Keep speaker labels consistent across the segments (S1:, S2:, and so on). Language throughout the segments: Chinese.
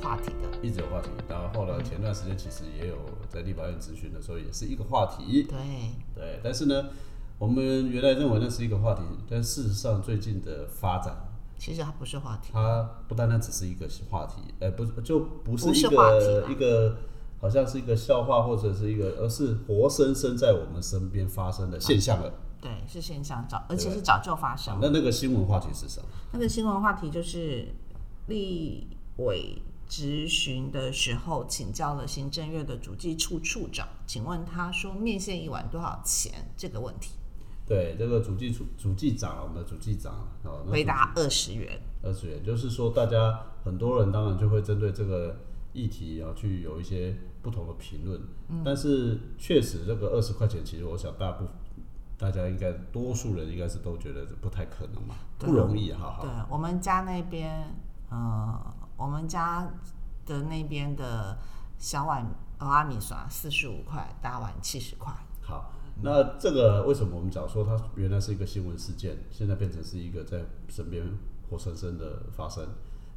S1: 话题的。
S2: 一直有话题。然后后来前段时间其实也有在立法院咨询的时候，也是一个话题。
S1: 对，
S2: 对，但是呢，我们原来认为那是一个话题，但事实上最近的发展，
S1: 其实它不是话题，
S2: 它不单单只是一个话题，呃，不是就不是
S1: 不
S2: 一
S1: 是话题
S2: 个
S1: 啦
S2: 一个。好像是一个笑话，或者是一个，而是活生生在我们身边发生的现象了。
S1: 对，是现象早，而
S2: 对
S1: 且是早就发生
S2: 那那个新闻话题是什么？
S1: 那个新闻话题就是立委质询的时候，请教了行政院的主计处处长，请问他说面线一碗多少钱这个问题，
S2: 对，这个主计处主计长，我们的主计长哦，那
S1: 回答二十元。
S2: 二次元，就是说大家很多人当然就会针对这个议题然后去有一些不同的评论，
S1: 嗯
S2: 但是确实这个二十块钱，其实我想大部大家应该多数人应该是都觉得不太可能嘛，
S1: 对啊
S2: 不容易哈
S1: 对
S2: 哈。
S1: 我们家那边，呃，我们家的那边的小碗俄阿米刷四十五块，大碗七十块。
S2: 好，那这个为什么我们讲说它原来是一个新闻事件，现在变成是一个在身边活生生的发生？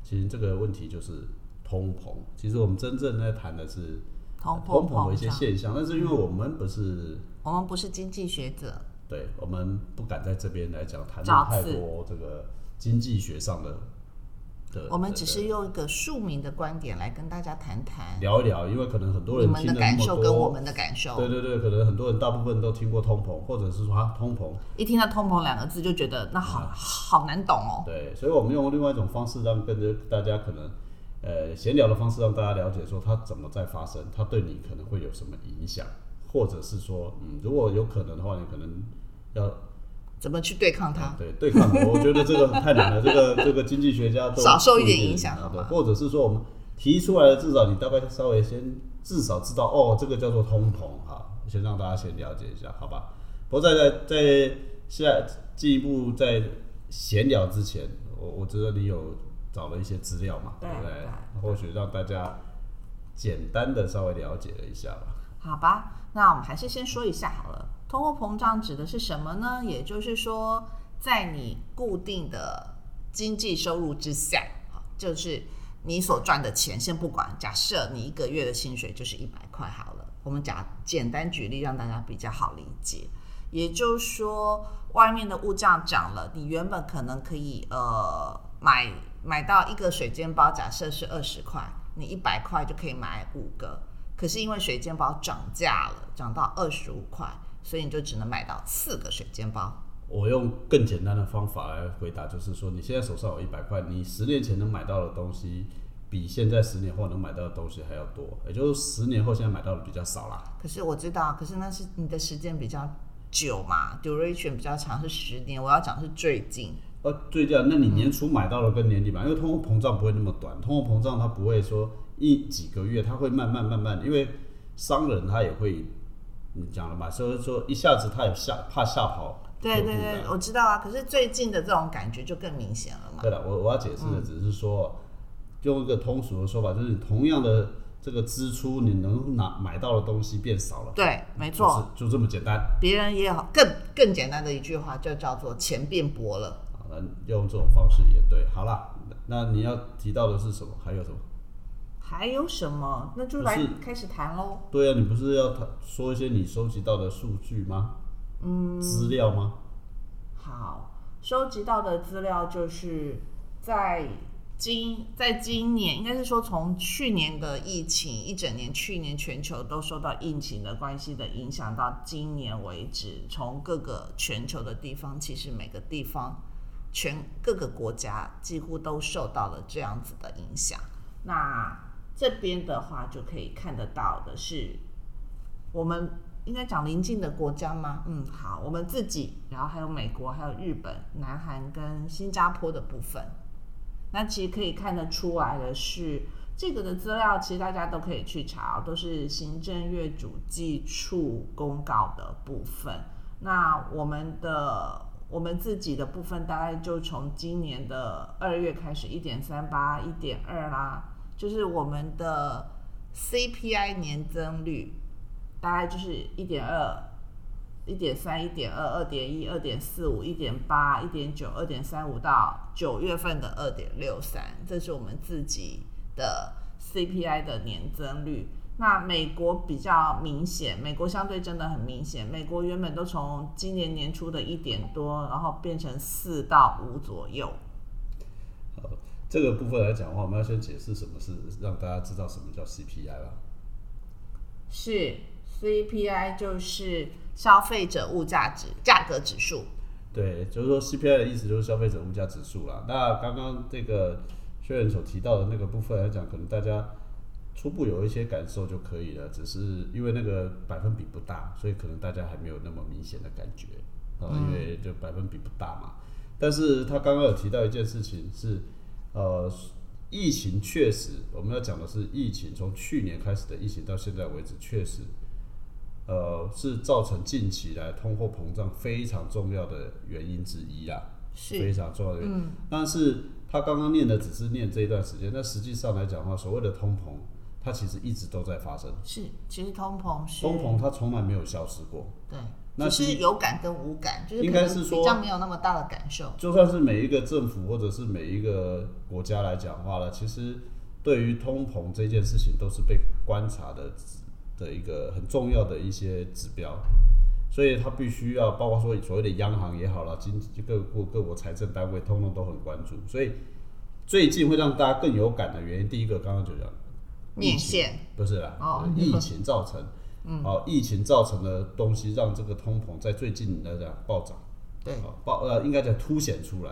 S2: 其实这个问题就是通膨。其实我们真正在谈的是
S1: 通
S2: 通
S1: 货
S2: 膨的
S1: 膨
S2: 一些
S1: 胀，
S2: 现象，但是因为我们不是
S1: 我们不是经济学者，
S2: 对，我们不敢在这边来讲谈
S1: 找
S2: 论太
S1: 刺
S2: 多这个经济学上的的，
S1: 我们
S2: 的
S1: 只
S2: 的
S1: 是用一个庶民的观点来跟大家谈谈
S2: 聊一聊，因为可能很多
S1: 你
S2: 人
S1: 们
S2: 听
S1: 的
S2: 了
S1: 感
S2: 那么
S1: 受
S2: 多
S1: 跟我们的感受。
S2: 对对对，可能很多人大部分都听过通膨，或者是说啊通膨，
S1: 一听到通膨两个字就觉得那
S2: 嗯
S1: 好好难懂哦。
S2: 对，所以我们用另外一种方式让跟着大家可能呃闲聊的方式让大家了解说它怎么在发生，它对你可能会有什么影响，或者是说嗯，如果有可能的话，你可能要
S1: 怎么去对抗它？
S2: 对对抗的，我觉得这个太难了。这个 这个经济学家都
S1: 少受一
S2: 不
S1: 点影响
S2: 啊
S1: 好
S2: 对
S1: 吗
S2: 或者是说我们提出来了，至少你大概稍微先至少知道哦，这个叫做通膨哈，先让大家先了解一下，好吧？不过在在在下进一步在闲聊之前，我我知道你有找了一些资料嘛，
S1: 对
S2: 不对？
S1: 对
S2: 或许让大家简单的稍微了解了一下吧。
S1: 好吧，那我们还是先说一下好了。通货膨胀指的是什么呢？也就是说，在你固定的经济收入之下，好就是你所赚的钱，先不管，假设你一个月的薪水就是一百块好了，我们假简单举例让大家比较好理解。也就是说，外面的物价涨了，你原本可能可以呃买买到一个水煎包，假设是二十块，你一百块就可以买五个。可是因为水煎包涨价了，涨到二十五块，所以你就只能买到四个水煎包。
S2: 我用更简单的方法来回答，就是说，你现在手上有一百块，你十年前能买到的东西，比现在十年后能买到的东西还要多，也就是十年后现在买到的比较少啦。
S1: 可是我知道，可是那是你的时间比较久嘛，duration 比较长，是十年。我要讲是最近，
S2: 呃，对这样，那你年初买到的跟年底买，因为通货膨胀不会那么短，通货膨胀它不会说一几个月，它会慢慢慢慢，因为商人他也会，你讲了嘛，所以说一下子他也吓怕吓跑客户
S1: 对
S2: 啦，
S1: 对对，我知道啊。可是最近的这种感觉就更明显了嘛。
S2: 对了，我我要解释的只是说，用一个通俗的说法，就是你同样的这个支出，你能拿买到的东西变少了，
S1: 对，没
S2: 没
S1: 错。，
S2: 就这么简单。
S1: 别人也有更更简单的一句话，就叫做钱变薄了。
S2: 好了，用这种方式也对。好啦，那你要提到的是什么？还有什么？
S1: 还有什么？那就
S2: 不
S1: 来
S2: 是
S1: 开始谈喽。
S2: 对啊，你不是要谈说一些你收集到的数据吗？嗯，资料吗？
S1: 好，收集到的资料就是在今在今年，应该是说从去年的疫情一整年，去年全球都受到疫情的关系的影响，到今年为止，从各个全球的地方，其实每个地方全各个国家几乎都受到了这样子的影响。那这边的话就可以看得到的是，我们应该讲邻近的国家吗？嗯，好，我们自己，然后还有美国，还有日本、南韩跟新加坡的部分。那其实可以看得出来的是，这个的资料其实大家都可以去查，都是行政院主计处公告的部分。那我们的我们自己的部分，大概就从今年的二月开始，一点三八、一点二啦，就是我们的 CPI 年增率大概就是一点二、一点三、一点二、二点一、二点四五、一点八、一点九、二点三五到九月份的二点六三，这是我们自己的 CPI 的年增率。那美国比较明显，美国相对真的很明显。美国原本都从今年年初的一点多，然后变成四到五左右。
S2: 好，这个部分来讲的话，我们要先解释什么是，让大家知道什么叫 CPI 啦。
S1: 是 CPI 就是消费者物价指价格指数。
S2: 对，就是说 CPI 的意思就是消费者物价指数啦。那刚刚这个薛仁所提到的那个部分来讲，可能大家初步有一些感受就可以了，只是因为那个百分比不大，所以可能大家还没有那么明显的感觉啊、因为就百分比不大嘛。但是他刚刚有提到一件事情是，呃，疫情确实我们要讲的是疫情，从去年开始的疫情到现在为止，确实呃，是造成近期来通货膨胀非常重要的原因之一啊，
S1: 是，
S2: 非
S1: 嗯
S2: 常重要的原因。但是他刚刚念的只是念这一段时间，但实际上来讲的话，所谓的通膨，它其实一直都在发生。
S1: 是，其实通膨是
S2: 通膨它从来没有消失过，
S1: 对，
S2: 那
S1: 只
S2: 是
S1: 是有感跟无感，就是
S2: 应
S1: 可
S2: 该
S1: 能
S2: 是
S1: 比
S2: 说
S1: 较没有那么大的感受。
S2: 就算是每一个政府或者是每一个国家来讲的话呢，其实对于通膨这件事情都是被观察的指的一个很重要的一些指标，所以它必须要包括说所谓的央行也好了，经济各各各国财政单位通通都很关注，所以最近会让大家更有感的原因，第一个刚刚就讲
S1: 面线
S2: 不是啦，
S1: 哦
S2: 呃疫情造成，哦，疫情造成的东西让这个通膨在最近来讲暴涨。
S1: 对，
S2: 啊报呃应该讲凸显出来。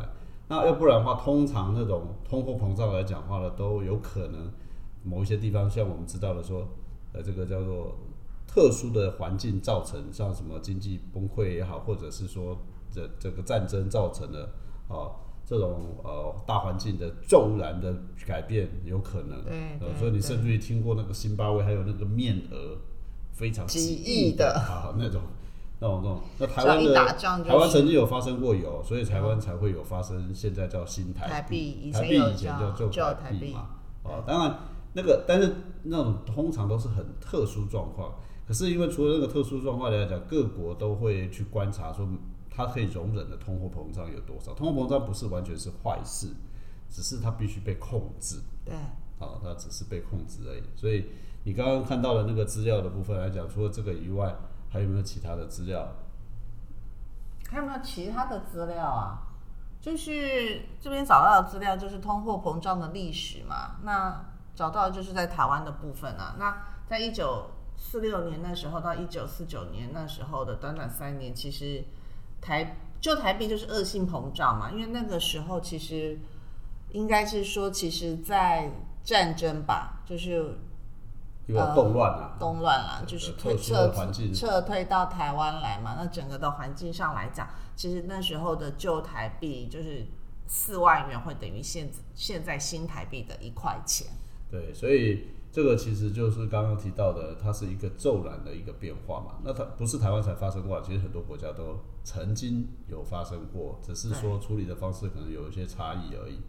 S2: 那要不然的话，通常那种通货膨胀来讲话呢，都有可能某一些地方，像我们知道的说，呃，这个叫做特殊的环境造成，像什么经济崩溃也好，或者是说这这个战争造成的啊、这种呃大环境的骤然的改变有可能。
S1: 对
S2: 呃
S1: 对
S2: 所以你
S1: 对
S2: 甚至于听过那个辛巴威还有那个面额非常
S1: 几
S2: 亿
S1: 亿的
S2: 啊那种那种那种，那台
S1: 只要
S2: 湾
S1: 一
S2: 的
S1: 打仗
S2: 台湾
S1: 就是
S2: 曾经有发生过有，所以台湾才会有发生现在叫新
S1: 嗯台
S2: 币，
S1: 币，以
S2: 台
S1: 前
S2: 币
S1: 有
S2: 以前
S1: 叫
S2: 就
S1: 叫
S2: 台
S1: 台
S2: 币
S1: 币，
S2: 嘛，哦，当然那个但是那种通常都是很特殊状况，可是因为除了那个特殊状况来讲，各国都会去观察说它可以容忍的通货膨胀有多少，通货膨胀不是完全是坏事，只是它必须被控制。
S1: 对，
S2: 啊，它只是被控制而已。所以你刚刚看到的那个资料的部分来讲，除了这个以外，还有没有其他的资料？
S1: 还有没有其他的资料啊？就是这边找到的资料就是通货膨胀的历史嘛，那找到的就是在台湾的部分啊。那在一九四六年那时候到一九四九年那时候的短短三年，其实台就台币就是恶性膨胀嘛，因为那个时候其实应该是说，其实在战争吧，就是
S2: 因为动乱啊，
S1: 动乱啦，
S2: 对
S1: 就是
S2: 特
S1: 退
S2: 殊的
S1: 撤
S2: 环境
S1: 撤退到台湾来嘛。那整个的环境上来讲，其实那时候的旧台币就是四万元会等于现现在新台币的一块钱。
S2: 对，所以这个其实就是刚刚提到的，它是一个骤然的一个变化嘛。那它不是台湾才发生过，啊其实很多国家都曾经有发生过，只是说处理的方式可能有一些差异而已。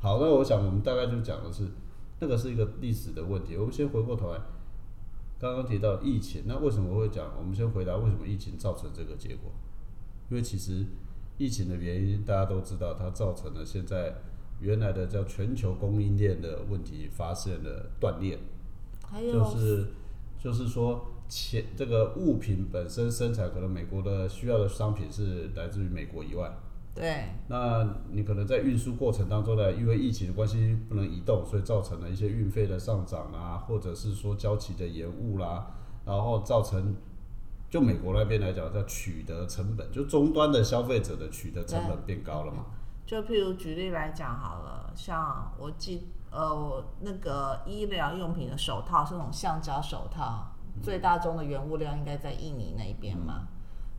S2: 好，那我想我们大概就讲的是，那个是一个历史的问题。我们先回过头来，刚刚提到疫情，那为什么会讲？我们先回答为什么疫情造成这个结果，因为其实疫情的原因大家都知道，它造成了现在原来的叫全球供应链的问题发现了断裂，
S1: 还有、
S2: 就是就是说钱这个物品本身生产可能美国的需要的商品是来自于美国以外，
S1: 对
S2: 那你可能在运输过程当中呢，因为疫情的关系不能移动，所以造成了一些运费的上涨啊，或者是说交期的延误啦、然后造成就美国那边来讲叫取得成本，就终端的消费者的取得成本变高了嘛。
S1: 就譬如举例来讲好了，像我记呃我那个医疗用品的手套是那种橡胶手套，最大宗的原物料应该在印尼那边嘛。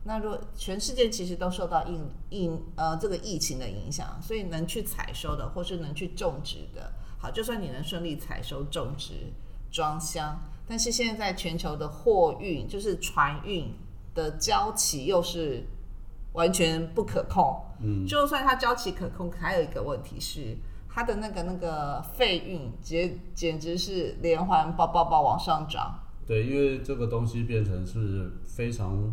S1: 那如果全世界其实都受到印印呃这个疫情的影响，所以能去采收的或是能去种植的，好，就算你能顺利采收种植装箱，但是现在全球的货运就是船运的交期又是完全不可控。嗯，就算它交期可控，还有一个问题是它的那个那个费运简简直是连环爆爆爆往上涨。
S2: 对，因为这个东西变成是非常，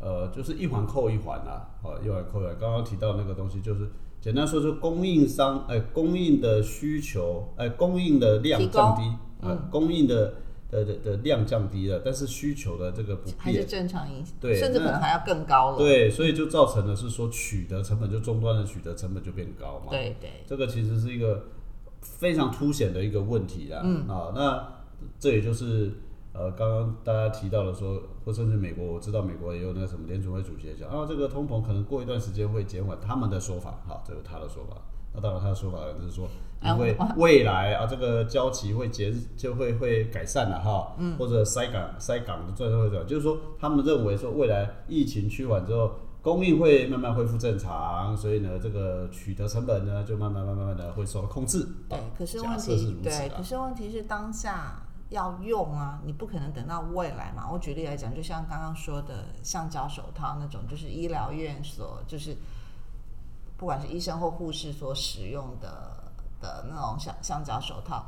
S2: 呃，就是一环扣一环啦、啊，哦，一环扣一环。刚刚提到那个东西，就是呃简单说，就供应商，哎、供应的需求，哎、供应的量
S1: 提供嗯
S2: 降低，啊，供应的的的的量降低了，但是需求的这个不
S1: 还是
S2: 变，
S1: 正常影响，
S2: 哦对
S1: 甚至可能还要更高了。
S2: 对，所以就造成了是说取得成本就终端的取得成本就变高嘛，
S1: 对对，
S2: 这个其实是一个非常凸显的一个问题啦。嗯啊，那这也就是呃，刚刚大家提到的说，或甚至美国，我知道美国也有那个什么联储会主席也讲啊，这个通膨可能过一段时间会减缓，他们的说法，好，这是他的说法。那当然，他的说法就是说，
S1: 哎
S2: 因为未来啊，这个交期会减，就会会改善了哈，嗯，或者塞港塞港的状态会转，就是说他们认为说未来疫情趋缓之后，供应会慢慢恢复正常，所以呢，这个取得成本呢就慢慢慢慢慢的会受到控制。
S1: 对，可是
S2: 嗯假
S1: 问
S2: 设是
S1: 题
S2: 如，此
S1: 对，
S2: 啊
S1: 可是问题是当下要用啊，你不可能等到未来嘛。我举例来讲，就像刚刚说的橡胶手套那种，就是医疗院所，就是不管是医生或护士所使用的的那种橡橡胶手套，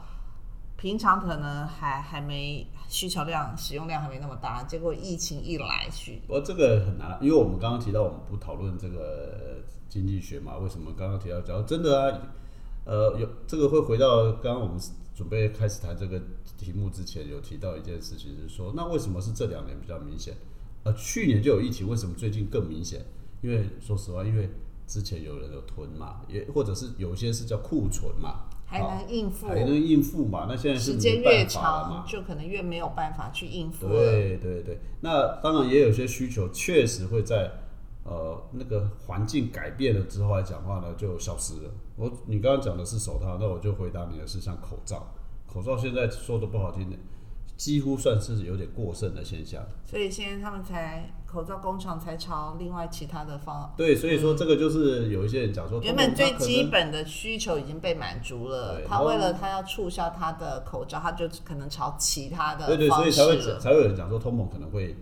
S1: 平常可能还还没需求量、使用量还没那么大，结果疫情一来，需
S2: 不过这个很难，啊因为我们刚刚提到我们不讨论这个经济学嘛，为什么刚刚提到？只要真的啊，呃，有这个会回到刚刚我们准备开始谈这个题目之前，有提到一件事情，是说那为什么是这两年比较明显？呃，去年就有疫情，为什么最近更明显？因为说实话，因为之前有人有囤嘛，也或者是有些是叫库存嘛，
S1: 还
S2: 好
S1: 能应付，
S2: 还能应付嘛。那现在是
S1: 时
S2: 没
S1: 间
S2: 办
S1: 越
S2: 法了嘛
S1: 长，就可能越没有办法去应付了。
S2: 对对对，那当然也有些需求确实会在呃那个环境改变了之后来讲话呢，就消失了。我你刚刚讲的是手套，那我就回答你的是像口罩，口罩现在说的不好听的，几乎算是有点过剩的现象。
S1: 所以现在他们才口罩工厂才朝另外其他的方，
S2: 对，所以说这个就是有一些人讲说，
S1: 嗯原
S2: 通
S1: 本
S2: 膨
S1: 最
S2: 它可
S1: 基
S2: 能
S1: 本的需求已经被满足了
S2: 对，
S1: 他
S2: 然后
S1: 为了他要促销他的口罩，他就可能朝其他的
S2: 对对，所
S1: 方
S2: 以才
S1: 式
S2: 会
S1: 了。
S2: 才会有人讲说通膨可能会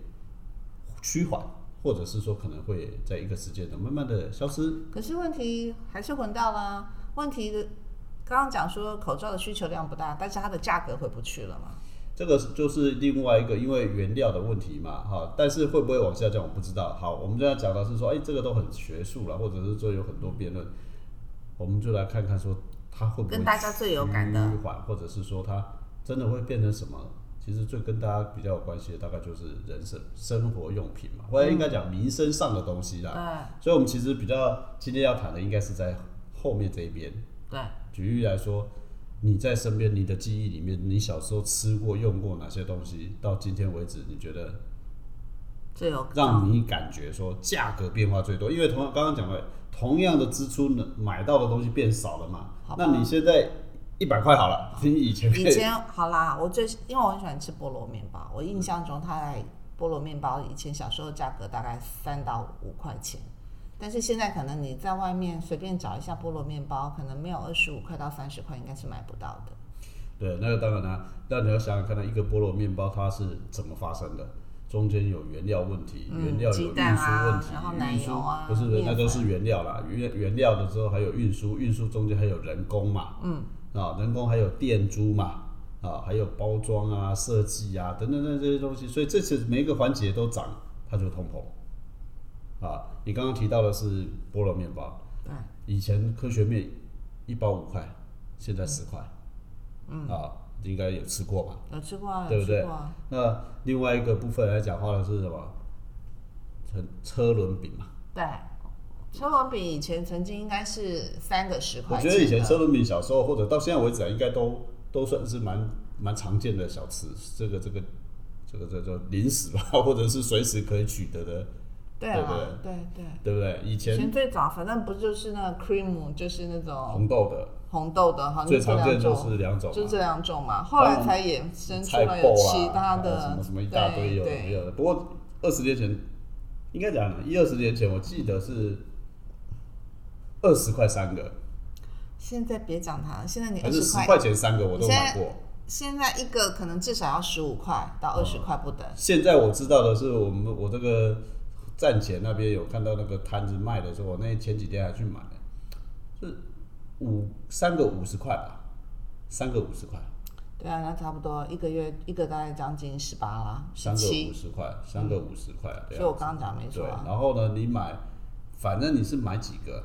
S2: 趋缓，或者是说可能会在一个时间的慢慢的消失。
S1: 可是问题还是混到啦，问题的刚刚讲说口罩的需求量不大，但是它的价格回不去了嘛？
S2: 这个就是另外一个，因为原料的问题嘛，哈，但是会不会往下降，我不知道。好，我们现在讲的是说，哎、这个都很学术了，或者是说有很多辩论，我们就来看看说它会不会
S1: 跟大家最有感的
S2: 趋缓，或者是说它真的会变成什么？其实最跟大家比较有关系的，大概就是人生生活用品嘛，或者应该讲民生上的东西啦。
S1: 嗯对
S2: 所以，我们其实比较今天要谈的，应该是在后面这一边。
S1: 对，
S2: 举例来说，你在身边，你的记忆里面，你小时候吃过、用过哪些东西？到今天为止，你觉得
S1: 最有
S2: 让你感觉说价格变化最多？因为同样刚刚讲了，同样的支出，能买到的东西变少了嘛
S1: 好吧？
S2: 那你现在一百块好了，你以 前可以
S1: 以前好啦，我最因为我很喜欢吃菠萝面包，我印象中它在菠萝面包以前小时候价格大概三到五块钱，但是现在可能你在外面随便找一下菠萝面包，可能没有二十五块到三十块，应该是买不到的。
S2: 对，那个当然啦、那你要想想看，那啊一个菠萝面包它是怎么发生的？中间有原料问题，
S1: 嗯
S2: 原料有
S1: 鸡
S2: 运输
S1: 蛋啊
S2: 问题，
S1: 然后奶
S2: 运输
S1: 油啊
S2: 不是不是，
S1: 面
S2: 那
S1: 粉
S2: 都是原料啦。原原料的时候还有运输，运输中间还有人工嘛，嗯，啊，人工还有店租嘛，啊，还有包装啊、设计啊等等等这些东西，所以这次每一个环节都涨，它就通膨。啊，你刚刚提到的是菠萝面包，
S1: 对，
S2: 以前科学面一包五块，现在十块，嗯啊，应该有吃过吧？
S1: 有吃过啊，
S2: 对
S1: 有
S2: 不
S1: 吃
S2: 对
S1: 过啊，
S2: 那另外一个部分来讲话的是什么？车车轮饼嘛，
S1: 对。车轮饼以前曾经应该是三个十
S2: 我
S1: 块钱
S2: 觉
S1: 的，
S2: 得以前车轮饼小时候或者到现在为止啊，应该都都算是蛮蛮常见的小吃，这个这个这个这叫零食吧，或者是随时可以取得的，
S1: 对啊
S2: 对，
S1: 对对。
S2: 对不对？以
S1: 以前
S2: 前
S1: 最早反正不就是那个 cream，就是那种
S2: 红豆的
S1: 红豆的哈，
S2: 最
S1: 那这
S2: 常
S1: 两
S2: 见就
S1: 种
S2: 是两种
S1: 就
S2: 嘛，
S1: 这两种嘛，后来才衍生出
S2: 菜
S1: 来
S2: 啊爆
S1: 有
S2: 啊，
S1: 其他的
S2: 还有什么什么一大堆有的
S1: 对
S2: 没有的。不过二十年前，应该讲啊一二十年前，我记得是二十块三个，
S1: 现在别讲它，现在你嗯
S2: 还
S1: 二
S2: 是
S1: 十
S2: 十
S1: 块，
S2: 块钱三个，我都买过。
S1: 现在一个可能至少要十五块到二
S2: 嗯
S1: 十块不等。
S2: 现在我知道的是，我们我这个站前那边有看到那个摊子卖的时候，我那前几天还去买，是五三个五十块吧，三个五十块，
S1: 对啊，那差不多一个月一个大概将近十八啦，十
S2: 三个五
S1: 七。
S2: 十块，三个五十块，对
S1: 所
S2: 啊
S1: 以我刚刚讲没
S2: 对
S1: 错，啊，
S2: 然后呢，你买，反正你是买几个，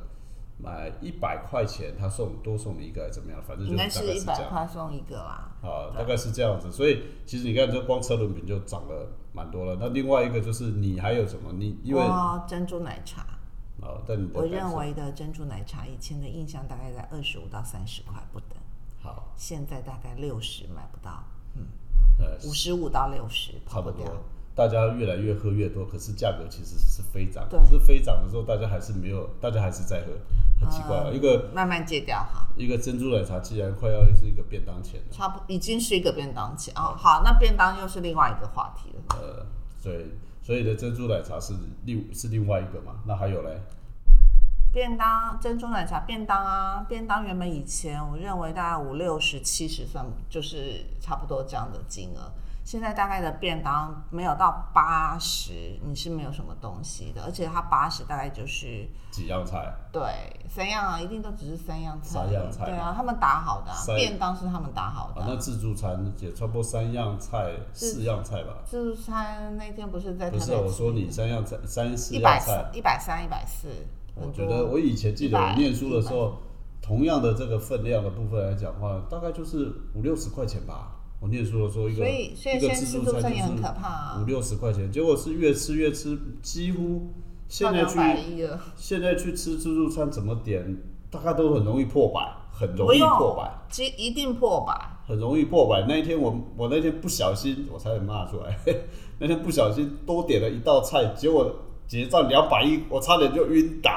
S2: 买一百块钱，他送多送你一个，还是怎么样？反正就
S1: 应该
S2: 大概
S1: 是一
S2: 这
S1: 百
S2: 样。
S1: 块送一个啦。
S2: 啊，大概是这样子，所以其实你看，这光车轮饼就涨了蛮多了。那另外一个就是你还有什么？你因为啊，
S1: 哇，珍珠奶茶，
S2: 但你的
S1: 哦我
S2: 感
S1: 认
S2: 受
S1: 为的珍珠奶茶以前的印象大概在二十五到三十块不等，
S2: 好，
S1: 现在大概六十买不到，
S2: 呃，
S1: 五十五到六十
S2: 差
S1: 跑
S2: 不多
S1: 掉。，
S2: 大家越来越喝越多，可是价格其实是飞涨，
S1: 对
S2: 可是飞涨的时候，大家还是没有，大家还是在喝，很奇怪啊，
S1: 嗯
S2: 一个
S1: 慢慢戒掉哈，
S2: 一个珍珠奶茶既然快要是一个便当钱了，
S1: 差不已经是一个便当钱哦。好，那便当又是另外一个话题了。
S2: 呃，所以所以的珍珠奶茶是另是另外一个嘛，那还有嘞，
S1: 便当、珍珠奶茶、便当啊，便当原本以前我认为大概五六十、七十算就是差不多这样的金额，现在大概的便当没有到八十，你是没有什么东西的，而且它八十大概就是
S2: 几样菜，
S1: 对三样啊，一定都只是三样菜而已，
S2: 三样菜
S1: 对啊，他们打好的、啊
S2: 三，
S1: 便当是他们打好的啊、
S2: 啊，那自助餐也差不多三样菜
S1: 自
S2: 四样菜吧，
S1: 自助餐那天不呃是在台
S2: 不
S1: 北
S2: 是啊，我说你三样菜三四
S1: 一
S2: 样
S1: 百嗯
S2: 菜，
S1: 一百三、一百四，
S2: 我
S1: 很
S2: 觉
S1: 多
S2: 得我以前记得
S1: 100
S2: 我念书的时候，同样的这个分量的部分来讲的话，大概就是五六十块钱吧。我念书的时候，一个
S1: 所以所以现
S2: 一个
S1: 在
S2: 自
S1: 自
S2: 助
S1: 助
S2: 餐
S1: 餐也
S2: 就
S1: 很
S2: 是
S1: 可怕啊
S2: 五，六十块钱，结果是越吃越吃，几乎现在
S1: 到两百
S2: 去
S1: 一了。
S2: 现在去吃自助餐怎么点，大概都很容易破百，很容
S1: 不
S2: 易
S1: 用
S2: 破百。
S1: 其一定破百。
S2: 很容易破百。那一天我我那天不小心，我差点骂出来。 那天不小心多点了一道菜，结果结账两百一，我差点就晕倒。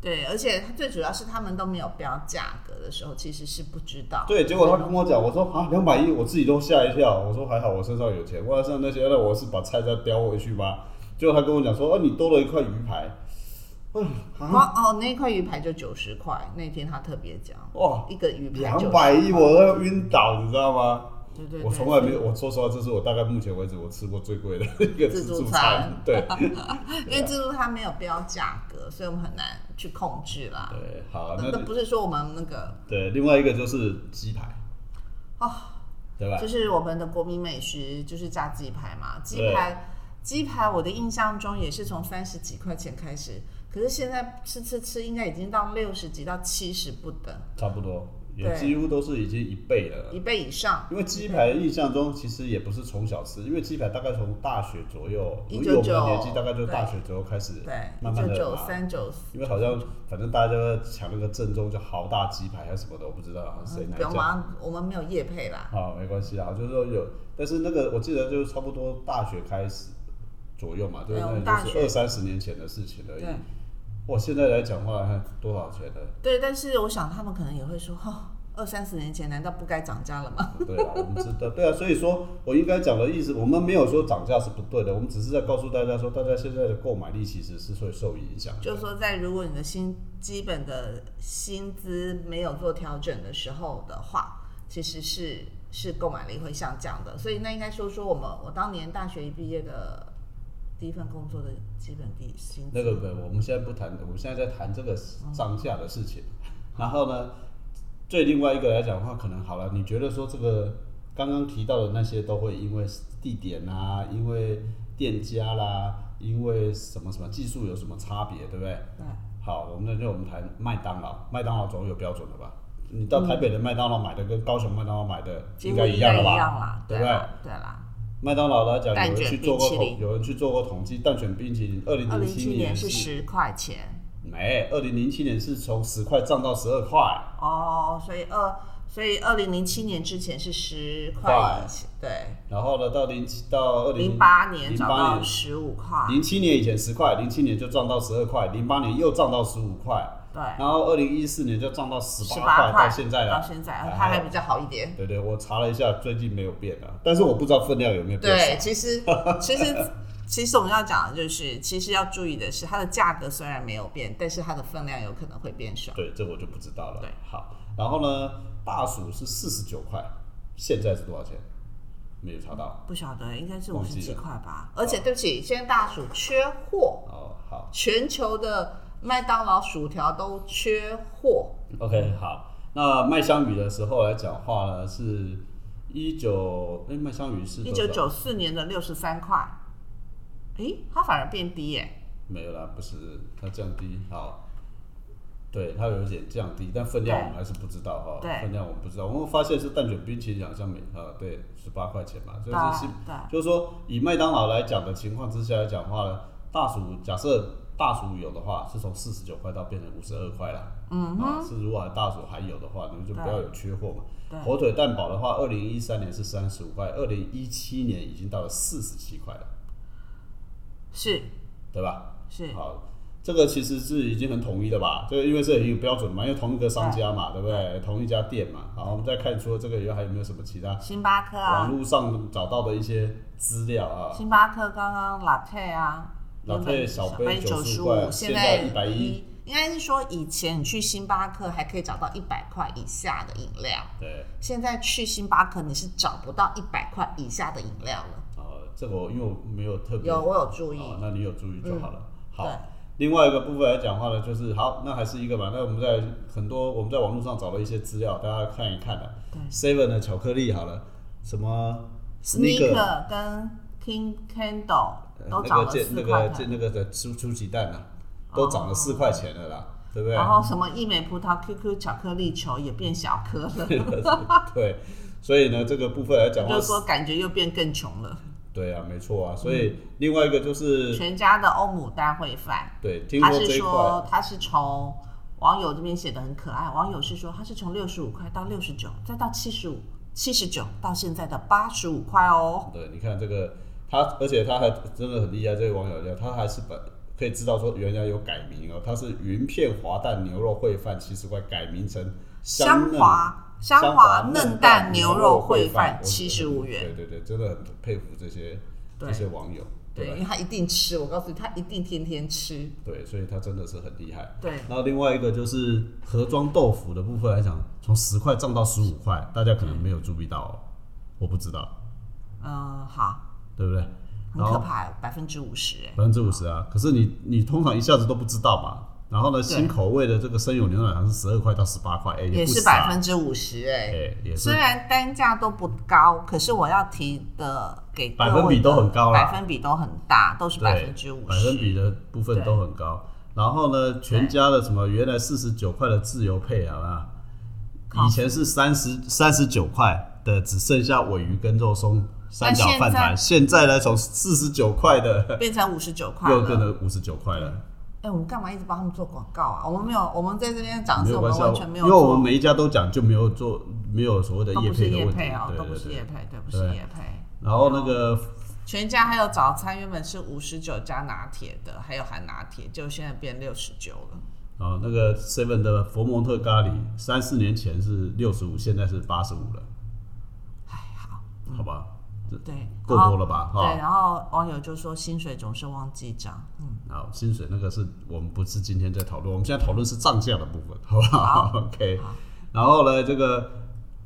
S1: 对，而且最主要是他们都没有标价格的时候，其实是不知道。
S2: 对，结果他跟我讲，我说啊，两百一，我自己都吓一跳。我说还好我身上有钱，我要像那些，那我是把菜再叼回去吧。结果他跟我讲说，哦、你多了一块鱼排，嗯
S1: 哦
S2: 啊，
S1: 哦，那块鱼排就九十块，那天他特别讲，
S2: 哇，
S1: 一个鱼排
S2: 两
S1: 90
S2: 百一，我都要晕倒，你知道吗？
S1: 对对对，
S2: 我从来没有，我说实话，这是我大概目前为止我吃过最贵的一个自
S1: 自助
S2: 助餐
S1: 餐。
S2: 对
S1: 因为自助它没有标价格，所以我们很难去控制啦。
S2: 对，好，
S1: 那
S2: 那
S1: 那不是说我们那个
S2: 对，另外一个就是鸡排，
S1: 哦，
S2: 对吧
S1: 就？是我们的国民美食就是炸鸡排嘛，鸡
S2: 对
S1: 排。鸡排，我的印象中也是从三十几块钱开始，可是现在吃吃吃，应该已经到六十几到七十不等，
S2: 差不多，也
S1: 对
S2: 几乎都是已经一倍了。
S1: 一倍以上。
S2: 因为鸡排印象中其实也不是从小吃，因为鸡排大概从大学左右，
S1: 19
S2: 因为我们的年纪大概就大学左右开始
S1: 对，
S2: 慢
S1: 一
S2: 慢
S1: 九
S2: 的
S1: 九
S2: 嘛。
S1: 三九四，
S2: 因为好像反正大家都在抢那个正宗叫豪大鸡排还是什么的，我不知道啊谁
S1: 嗯
S2: 哪
S1: 不
S2: 一
S1: 用
S2: 家。
S1: 忙，我们没有业配啦。
S2: 好，没关系啊，就是说有，但是那个我记得就是差不多大学开始左右嘛，对，
S1: 对我们
S2: 那
S1: 大
S2: 也就
S1: 学
S2: 是二三十年前的事情而已
S1: 对。
S2: 哇，现在来讲话看多少钱呢？
S1: 对，但是我想他们可能也会说，哦，二三十年前难道不该涨价了吗？
S2: 对啊， 我们知道，对啊，所以说我应该讲的意思，我们没有说涨价是不对的，我们只是在告诉大家说，大家现在的购买力其实是会受影响的。
S1: 就是说，在如果你的薪基本的薪资没有做调整的时候的话，其实是是购买力会下降的。所以那应该说说我们我当年大学一毕业的第一份工作的基本底薪资。
S2: 那个不，我们现在不谈，我们现在在谈这个涨价的 事情。然后呢，最另外一个来讲的话，可能好了，你觉得说这个刚刚提到的那些都会因为地点啊，因为店家啦，因为什么什么技术有什么差别，对不对？
S1: 对
S2: 好，我们那就我们谈麦当劳，麦当劳总有标准的吧？你到台北的麦当劳买的跟高雄麦当劳买的
S1: 几
S2: 应
S1: 乎
S2: 该
S1: 应
S2: 样
S1: 该
S2: 了
S1: 一
S2: 吧？
S1: 样啦，
S2: 对不对
S1: 啦？对啦。
S2: 麦当劳来讲，有
S1: 蛋
S2: 人
S1: 卷
S2: 去做过
S1: 冰淇
S2: 统，
S1: 淋
S2: 有人去做过统计，蛋卷冰淇淋，二零
S1: 二
S2: 零
S1: 零七
S2: 年
S1: 年是十块钱
S2: 没，二零零七年是从十块涨到十二块，
S1: 哦，所以二所以二零零七年之前是十块
S2: 块
S1: 以前，对，
S2: 然后呢，到零七到二零
S1: 零八年
S2: 零
S1: 涨
S2: 八
S1: 到
S2: 年
S1: 十五块，
S2: 零七年以前十块，零七年就涨到十二块，零八年又涨到十五块，
S1: 对，
S2: 然后二零一四年就涨到十
S1: 十
S2: 八
S1: 块
S2: 到现在
S1: 到
S2: 了。
S1: 现在
S2: 还好
S1: 它还比较好一点。
S2: 对对，我查了一下，最近没有变啊，但是我不知道分量有没有变少。
S1: 对，其 实其实其实我们要讲的就是，其实要注意的是，它的价格虽然没有变，但是它的分量有可能会变少。
S2: 对，这我就不知道了。
S1: 对，
S2: 好，然后呢，大薯是四十九块，现在是多少钱？没有查到。
S1: 不晓得，应该是
S2: 忘
S1: 五
S2: 记
S1: 十几
S2: 了
S1: 块吧。而且对不起，现在大薯缺货，
S2: 哦，好
S1: 全球的麦当劳薯条都缺货。
S2: ，OK，好。那麦香鱼的时候来讲话呢，是一九，哎，麦香鱼是
S1: 一
S2: 多
S1: 九
S2: 少？
S1: 九四年的六十三块，诶，它反而变低耶、
S2: 没有啦，不是，它降低。好，对，它有一点降低，但分量我们还是不知道哈、
S1: 对
S2: 分量我们不知道。我们发现是蛋卷冰淇淋好像每啊对十八块钱嘛，就
S1: 对啊
S2: 是是
S1: 对啊
S2: 就是说以麦当劳来讲的情况之下来讲话呢，大薯假设大薯有的话是从四十九块到变成五十二块啦。嗯啊，是如果大薯还有的话，你们就不要有缺货
S1: 对
S2: 嘛。火腿蛋堡的话，二零一三年是三十五块，二零一七年已经到了四十七块了，
S1: 是
S2: 对吧？
S1: 是，
S2: 好，这个其实是已经很统一的吧？这个因为这已经有标准嘛，因为同一个商家嘛，对不对？同一家店嘛。好，我们再看除了这个以外，还有没有什么其他
S1: 星巴克啊
S2: 网，络上找到的一些资料啊？
S1: 星巴克刚刚 latte 啊，
S2: 老
S1: 原本
S2: 退小杯
S1: 九
S2: 95
S1: 五，
S2: 块
S1: 现
S2: 现
S1: 在
S2: 在110。
S1: 应该是说以前你去星巴克还可以找到一百块以下的饮料，
S2: 对，
S1: 现在去星巴克你是找不到一百块以下的饮料了。
S2: 啊，这个我因为我没有特别
S1: 有我有注意，
S2: 哦，那你有注意就好了。好
S1: 嗯对，
S2: 另外一个部分来讲话呢，就是好，那还是一个嘛，那我们在很多我们在网络上找了一些资料，大家看一看的、
S1: 对
S2: Seven 的巧克力好了，什么 Snicker，
S1: Sneaker 跟 King Candle
S2: 呃
S1: 都
S2: 那
S1: 涨
S2: 个
S1: 了
S2: 键
S1: 四
S2: 那
S1: 块钱，
S2: 个
S1: 哦
S2: 键那个的出出鸡蛋啊，都涨了四块钱了啦，对不对？
S1: 然后什么一美葡萄 QQ 巧克力球也变小颗了，
S2: 对，所以呢，这个部分来讲的
S1: 就
S2: 话
S1: 是，说嗯感觉又变更穷了。
S2: 对啊，没错啊。所以另外一个就是，
S1: 全家的欧姆蛋烩饭，
S2: 对，听
S1: 他
S2: 说
S1: 是
S2: 这一块
S1: 说他是从网友这边写的很可爱，网友是说他是从六十五块到六十九，再到七十五、七十九，到现在的八十五块哦。
S2: 对，你看这个他，而且他还真的很厉害，这位网友叫他还是把可以知道说原来有改名哦，他是云片滑蛋牛肉烩饭七十块改名成
S1: 香
S2: 嫩
S1: 华香
S2: 香
S1: 华
S2: 嫩
S1: 嫩蛋
S2: 牛
S1: 牛肉
S2: 烩
S1: 烩饭
S2: 我
S1: 75元
S2: 对对对，真的很佩服这些这
S1: 对
S2: 些网友，
S1: 对，因为他一定吃，我告诉你，他一定天天吃。
S2: 对，所以他真的是很厉害。
S1: 对，
S2: 然后另外一个就是盒装豆腐的部分来讲，从十块涨到十五块，大家可能没有注意到、哦，我不知道，
S1: 嗯，好，
S2: 对不对？
S1: 很
S2: 然
S1: 可
S2: 后
S1: 怕，百分之五十，哎，
S2: 百分之五十啊，可是你你通常一下子都不知道嘛。然后
S1: 对
S2: 呢，新口味的这个生有牛奶糖是十二块到十八块，哎，
S1: 也
S2: 不
S1: 是
S2: 傻
S1: 百，分之五十，哎。
S2: 哎，也是
S1: 虽然单价都不高，可是我要提的给各
S2: 百分比
S1: 位
S2: 都
S1: 的
S2: 很高啦
S1: 百分比都很大，都是
S2: 对
S1: 百分之五十，
S2: 百分比的部分都很高。然后呢，全家的什么原来四十九块的自由配啊，
S1: 靠
S2: 以前是三十三十九块的，只剩下尾鱼跟肉松三角饭团，
S1: 那
S2: 现在呢从四十九块的
S1: 变成五十九块了。
S2: 又变成五十九块了，
S1: 哎、我们干嘛一直帮他们做广告啊？我们没有，我们在这边讲
S2: 没
S1: 是
S2: 有
S1: 我
S2: 关
S1: 们
S2: 系啊
S1: 完全，没
S2: 因
S1: 有
S2: 为
S1: 做，
S2: 我们每一家都讲就没有做没有所谓的
S1: 都
S2: 业
S1: 不是
S2: 配的
S1: 业
S2: 问题
S1: 配哦，，都
S2: 对
S1: 不
S2: 对
S1: 是
S2: 对。
S1: 业配，对，不是
S2: 对
S1: 业配。
S2: 然后那个
S1: 全家还有早餐原本是五十九加拿铁的，还有含拿铁，就现在变六十九了。
S2: 啊那个 seven 的佛蒙特咖喱，三四年前是六十五，现在是八十五了，
S1: 哎，好，
S2: 好吧，这
S1: 对，
S2: 够
S1: 然后
S2: 多了吧？哈
S1: 对，。然后网友就说薪水总是忘记涨，嗯，
S2: 好，薪水那个是我们不是今天在讨论，我们现在讨论是涨价的部分，好不好 o k 然后呢，这个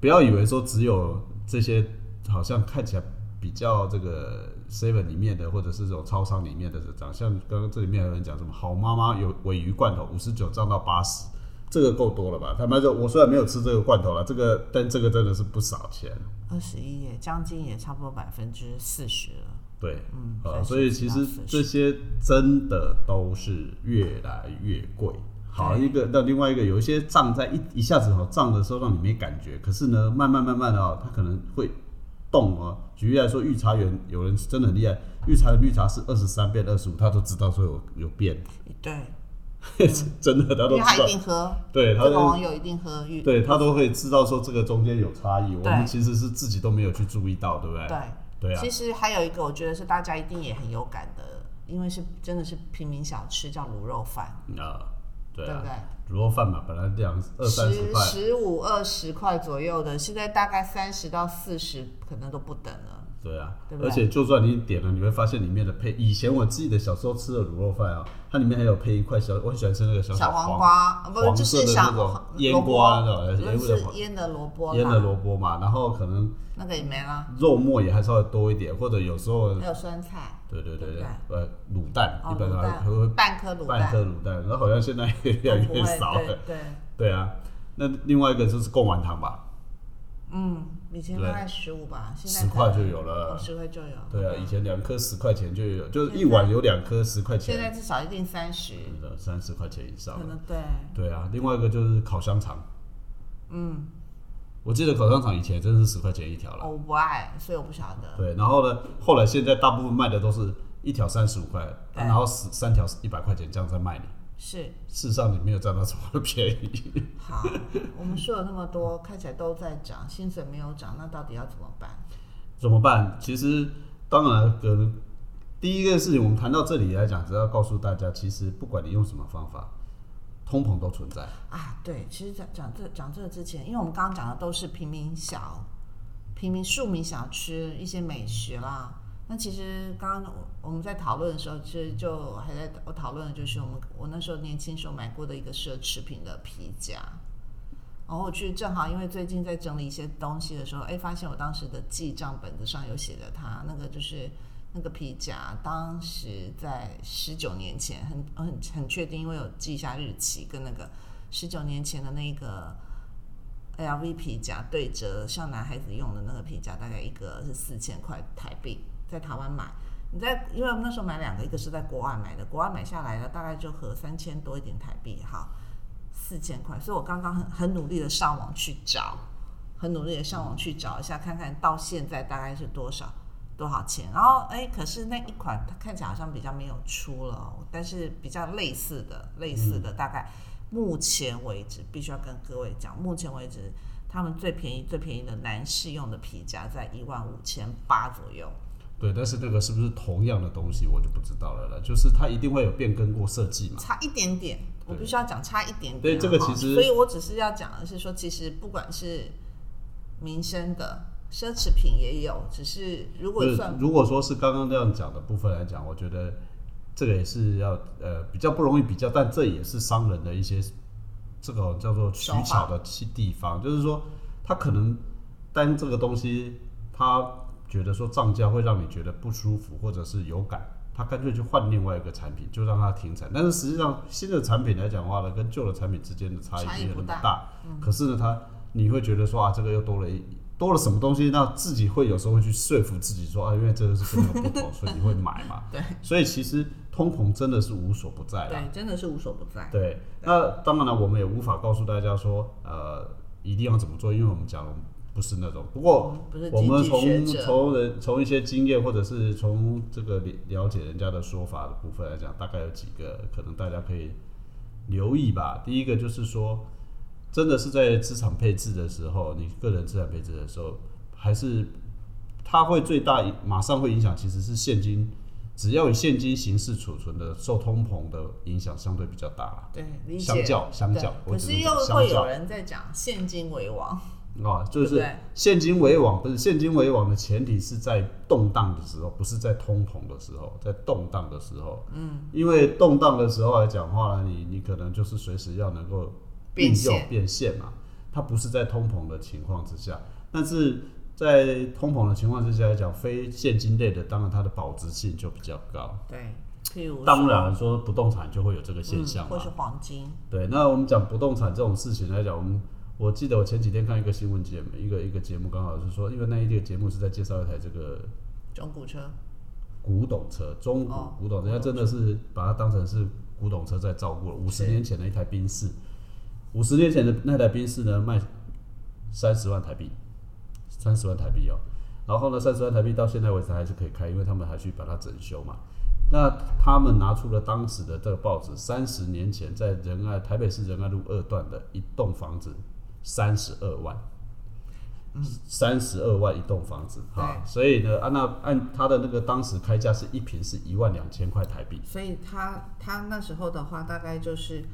S2: 不要以为说只有这些好像看起来比较这个 seven 里面的，或者是这种超商里面的长相，刚刚这里面还有人讲什么好妈妈有尾鱼罐头五十九涨到八十，这个够多了吧？坦白说，我虽然没有吃这个罐头了，这个但这个真的是不少钱。
S1: 二十一也将近也差不多百分之四十了。
S2: 对，
S1: 嗯
S2: 呃，
S1: 30
S2: 所以其实
S1: 到40
S2: 这些真的都是越来越贵。好，
S1: 对
S2: 一个那另外一个，有一些涨在一一下子哦，涨的时候让你没感觉，可是呢，慢慢慢慢的哦，它可能会动哦。举例来说，御茶园有人真的很厉害，御茶园绿茶是二十三变二十五，他都知道说有有变，
S1: 对，
S2: 真的他
S1: 因
S2: 都
S1: 为
S2: 知
S1: 他嗯一
S2: 道，
S1: 定喝，
S2: 对
S1: 这
S2: 他
S1: 个哦
S2: 都
S1: 网友一定喝，对
S2: 对他都会知道说这个中间有差异，我
S1: 对
S2: 们其实是自己都没有去注意到，对不对？
S1: 对。
S2: 对啊
S1: 其，实还有一个，我觉得是大家一定也很有感的，因为是真的是平民小吃，叫卤肉饭，
S2: 啊，对
S1: 不
S2: 啊，
S1: 对？
S2: 卤肉饭嘛，本来两二三十
S1: 十
S2: 块。
S1: 十五二十块左右的，现在大概三十到四十，可能都不等了。
S2: 对啊，
S1: 对不
S2: 而
S1: 对
S2: 且就算你点了，你会发现里面的配，以前我自己的小时候吃的卤肉饭啊，它里面还有配一块小，我很喜欢吃那个小
S1: 小
S2: 黄
S1: 黄瓜啊不是
S2: 黄
S1: 就
S2: 色
S1: 是
S2: 的
S1: 小
S2: 那种腌
S1: 萝卜
S2: 瓜那种，
S1: 那
S2: 腌的
S1: 是腌的萝卜
S2: 腌的
S1: 啦，
S2: 萝卜嘛，然后可能
S1: 那个也没了，
S2: 肉末也还稍微多一点，或者有时候，
S1: 还有酸菜，
S2: 对对对
S1: 对
S2: 呃，卤蛋
S1: 哦
S2: 一，般
S1: 卤
S2: 上
S1: 蛋
S2: 还会，
S1: 半颗卤
S2: 半
S1: 蛋，
S2: 颗卤蛋，然后好像现在也越来
S1: 哦都不
S2: 越
S1: 会
S2: 少了，
S1: 对对，
S2: 对啊，那另外一个就是贡丸汤吧，
S1: 嗯，以前大概十五吧，现在
S2: 十块就有
S1: 哦，
S2: 了。
S1: 十块就有。
S2: 对啊，以前两颗十块钱就有，就是一
S1: 现在
S2: 碗有两颗十块
S1: 现
S2: 钱，
S1: 在至少一定三十，
S2: 是的，三十块钱以上
S1: 可
S2: 了。
S1: 能对，
S2: 对啊，另外一个就是烤香肠，
S1: 嗯，
S2: 我记得烤香肠以前真是十块钱一条了。
S1: 哦我不爱，所以我不晓得。
S2: 对，然后呢，后来现在大部分卖的都是一条三十五块，
S1: 对
S2: 然后十三条一百块钱这样在卖你。
S1: 是
S2: 事实上你没有占到什么便宜。
S1: 好，我们说了那么多，看起来都在涨，薪水没有涨，那到底要怎么办？
S2: 怎么办？其实当然可能第一个事情，我们谈到这里来讲，只要告诉大家，其实不管你用什么方法，通膨都存在。
S1: 啊，对，其实讲讲这讲这个之前，因为我们刚刚讲的都是平民小、平民庶民小吃一些美食啦。那其实刚刚我我们在讨论的时候，其实就还在我讨论的就是我们我那时候年轻时候买过的一个奢侈品的皮夹，然后我去正好因为最近在整理一些东西的时候，哎，发现我当时的记账本子上有写着它，那个就是那个皮夹，当时在十九年前很很很确定，因为有记下日期跟那个十九年前的那个 LV 皮夹对折，像男孩子用的那个皮夹，大概一个是四千块台币，在台湾买。你在，因为我们那时候买两个，一个是在国外买的，国外买下来的大概就合三千多一点台币，好，四千块。所以我刚刚很很努力的上网去找，很努力的上网去找一下，看看到现在大概是多少多少钱。然后哎，可是那一款它看起来好像比较没有出了哦，但是比较类似的类似的大概目前为止，必须要跟各位讲，目前为止他们最便宜最便宜的男士用的皮夹在一万五千八左右。
S2: 对，但是那个是不是同样的东西，我就不知道了了。就是它一定会有变更过设计嘛。
S1: 差一点点，我
S2: 嗯对
S1: 必须要讲差一点点。
S2: 对这个
S1: 哈
S2: 其实
S1: 所以我只是要讲的是说，其实不管是民生的奢侈品也有，只是如果
S2: 就是
S1: 算
S2: 如果说是刚刚这样讲的部分来讲，我觉得这个也是要呃比较不容易比较，但这也是商人的一些这种叫做取
S1: 手法
S2: 巧的其地方，就是说他可能单这个东西他觉得说涨价会让你觉得不舒服或者是有感。他干脆就换另外一个产品，就让它停产。但是实际上，新的产品来讲的话呢，跟旧的产品之间的差
S1: 差
S2: 异
S1: 异
S2: 没有那
S1: 不
S2: 么
S1: 大
S2: 大。可是呢，它你会觉得说啊，这个又多了一多了什么东西，那自己会有时候会去说服自己说啊，因为这个是跟我不同，所以你会买嘛。
S1: 对
S2: 所以其实通膨真的是无所不在啦。
S1: 对，真的是无所不在。
S2: 对，那当然了，我们也无法告诉大家说呃一定要怎么做，因为我们讲不是那种。不过
S1: 嗯不是
S2: 哦我们
S1: 经济学者
S2: 从从人从一些经验，或者是从这个了了解人家的说法的部分来讲，大概有几个可能大家可以留意吧。第一个就是说，真的是在资产配置的时候，你个人资产配置的时候，还是它会最大影马上会影响，其实是现金。只要以现金形式储存的，受通膨的影响相对比较大啦。
S1: 对，理解。
S2: 相较相较
S1: 对
S2: 我
S1: 可
S2: 只
S1: 是
S2: 能
S1: 又
S2: 讲相
S1: 会有
S2: 较
S1: 人在讲现金为王，
S2: 啊，
S1: 对
S2: 就
S1: 不
S2: 是
S1: 对
S2: 现金为王，不是现金为王的前提是在动荡的时候，不是在通膨的时候，在动荡的时候，嗯，因为动荡的时候来讲话呢，你你可能就是随时要能够
S1: 变
S2: 运用
S1: 现
S2: 变现嘛，它不是在通膨的情况之下，但是在通膨的情况之下来讲，非现金类的，当然它的保值性就比较高，
S1: 对，譬如说
S2: 当然说不动产就会有这个现象
S1: 嗯
S2: 嘛，
S1: 或是黄金，
S2: 对，那我们讲不动产这种事情来讲，我们我记得我前几天看一个新闻节目，一个一个节目刚好是说，因为那一个节目是在介绍一台这个
S1: 中古车，
S2: 古董车，中古
S1: 哦
S2: 古董，人家真的是把它当成是古董车在照顾了。五十
S1: 是
S2: 年前的一台宾士，五十年前的那台宾士呢，卖三十万台币，三十万台币哦。然后呢，三十万台币到现在为止还是可以开，因为他们还去把它整修嘛。那他们拿出了当时的这个报纸，三十年前在仁爱台北市仁爱路二段的一栋房子，三十二万。三十二万一栋房子哈，所以呢，按、那按他的那个当时开价是一平是一万两千块台币，
S1: 所以他他那时候的话大概就是。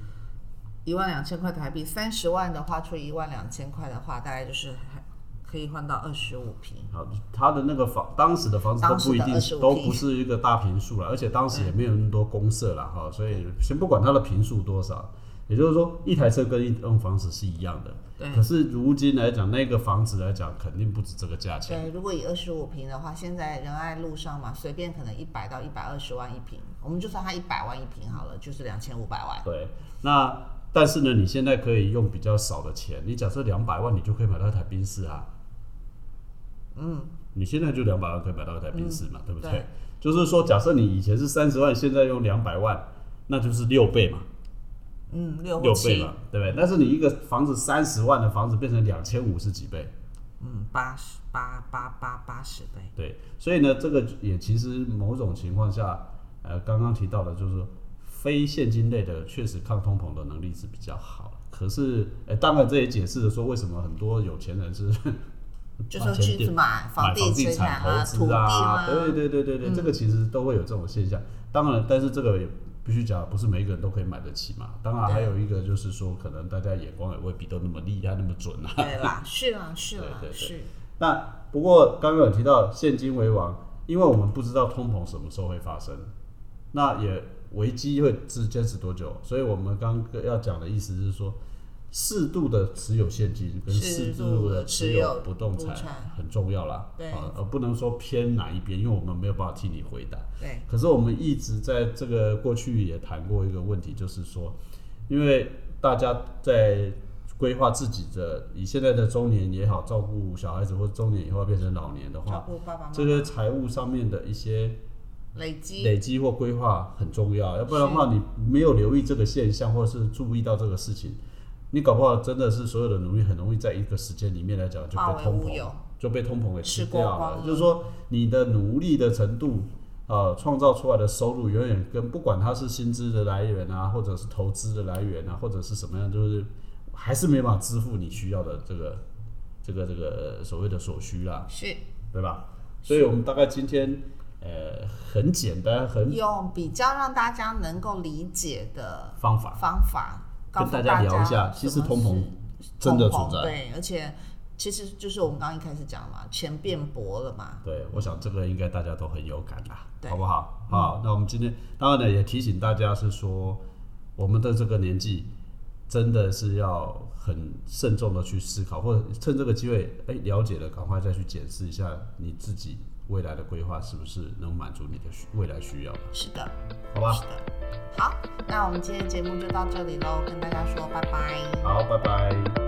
S1: 一万两千块台币，三十万的话除以一万两千块的话，大概就是还可以换到二十五平。
S2: 好，他的那个房当时的房子都
S1: 当时
S2: 不
S1: 的
S2: 一定
S1: 25
S2: 都
S1: 平
S2: 不是一个大平数了，而且当时也没有那么多公社了
S1: 嗯
S2: 哈，所以先不管它的平数多少，也就是说一台车跟一栋房子是一样的，
S1: 对
S2: 可是如今来讲，那个房子来讲肯定不止这个价钱，
S1: 对，如果以二十五平的话，现在仁爱路上嘛，随便可能一百到一百二十万一平，我们就算它一百万一平好了，就是两千五百万。
S2: 对，那但是呢，你现在可以用比较少的钱，你假设两百万，你就可以买到一台宾士啊。嗯，你现在就两百万可以买到一台宾士嘛，对不
S1: 对
S2: 对？就是说，假设你以前是三十万，现在用两百万，那就是六倍嘛，
S1: 嗯，六或
S2: 六倍
S1: 七
S2: 嘛，，对不对？但是你一个房子三十万的房子变成两千五是几倍？
S1: 嗯，八十八八八八十倍，
S2: 对，所以呢，这个也其实某种情况下，呃，刚刚提到的就是说非现金类的确实抗通膨的能力是比较好，可是，呃，当然这也解释了说为什么很多有钱人是
S1: 就是
S2: 把钱
S1: 去
S2: 丢
S1: 买
S2: 买
S1: 地
S2: 房地
S1: 生产
S2: 产
S1: 啊、
S2: 投
S1: 土
S2: 资
S1: 地
S2: 啊，
S1: 啊，
S2: 对对对对对，这个其实都会有这种现象。当然，但是这个也必须讲，不是每一个人都可以买得起嘛。当然，还有一个就是说，可能大家眼光也未必都那么厉害、那么准啊。
S1: 对啦，是啦，是
S2: 对
S1: 啦
S2: 对，对
S1: 是，
S2: 那不过刚刚有提到现金为王，因为我们不知道通膨什么时候会发生，那也危机会持坚持多久，所以我们刚刚要讲的意思是说，适度的持有现金跟
S1: 适
S2: 适度
S1: 度
S2: 的
S1: 地
S2: 持
S1: 持
S2: 有
S1: 有
S2: 不动
S1: 不
S2: 产
S1: 动产
S2: 很重要啦，
S1: 对
S2: 啊，而不能说偏哪一边，因为我们没有办法替你回答。
S1: 对，
S2: 可是我们一直在这个过去也谈过一个问题，就是说，因为大家在规划自己的以现在的中年也好，照顾小孩子或者中年以后变成老年的
S1: 照
S2: 话，
S1: 顾爸爸妈
S2: 这
S1: 妈，
S2: 个财务上面的一些
S1: 累积，
S2: 累积或规划很重要，要不然的话，你没有留意这个现象或者是注意到这个事情，你搞不好真的是所有的努力很容易在一个时间里面来讲就
S1: 化
S2: 被
S1: 为
S2: 通
S1: 乌
S2: 膨
S1: 有
S2: 就被通膨给吃
S1: 吃
S2: 掉
S1: 光光
S2: 了。
S1: 了
S2: 就是说你的努力的程度，呃，创造出来的收入远远跟不管它是薪资的来源啊，或者是投资的来源啊，或者是什么样，就是还是没办法支付你需要的这个这个这个呃所谓的所需啦。
S1: 是
S2: 对吧？所以我们大概今天呃很简单很
S1: 用比较让大家能够理解的
S2: 方法
S1: 方法，告
S2: 跟
S1: 诉
S2: 大
S1: 家
S2: 聊一下，其实
S1: 什么
S2: 通膨
S1: 是
S2: 真的
S1: 通
S2: 存
S1: 膨
S2: 在。
S1: 对，而且其实就是我们刚刚一开始讲嘛，钱变薄了嘛，
S2: 对，我想这个应该大家都很有感啦，
S1: 对嗯
S2: 好不好？好，那我们今天当然呢也提醒大家是说，我们的这个年纪真的是要很慎重的去思考，或者趁这个机会，哎，了解了赶快再去检视一下你自己未来的规划是不是能满足你的需未来需要，
S1: 是的，
S2: 好吧
S1: 是？的。好，那我们今天的节目就到这里喽，跟大家说拜拜。
S2: 好，拜拜。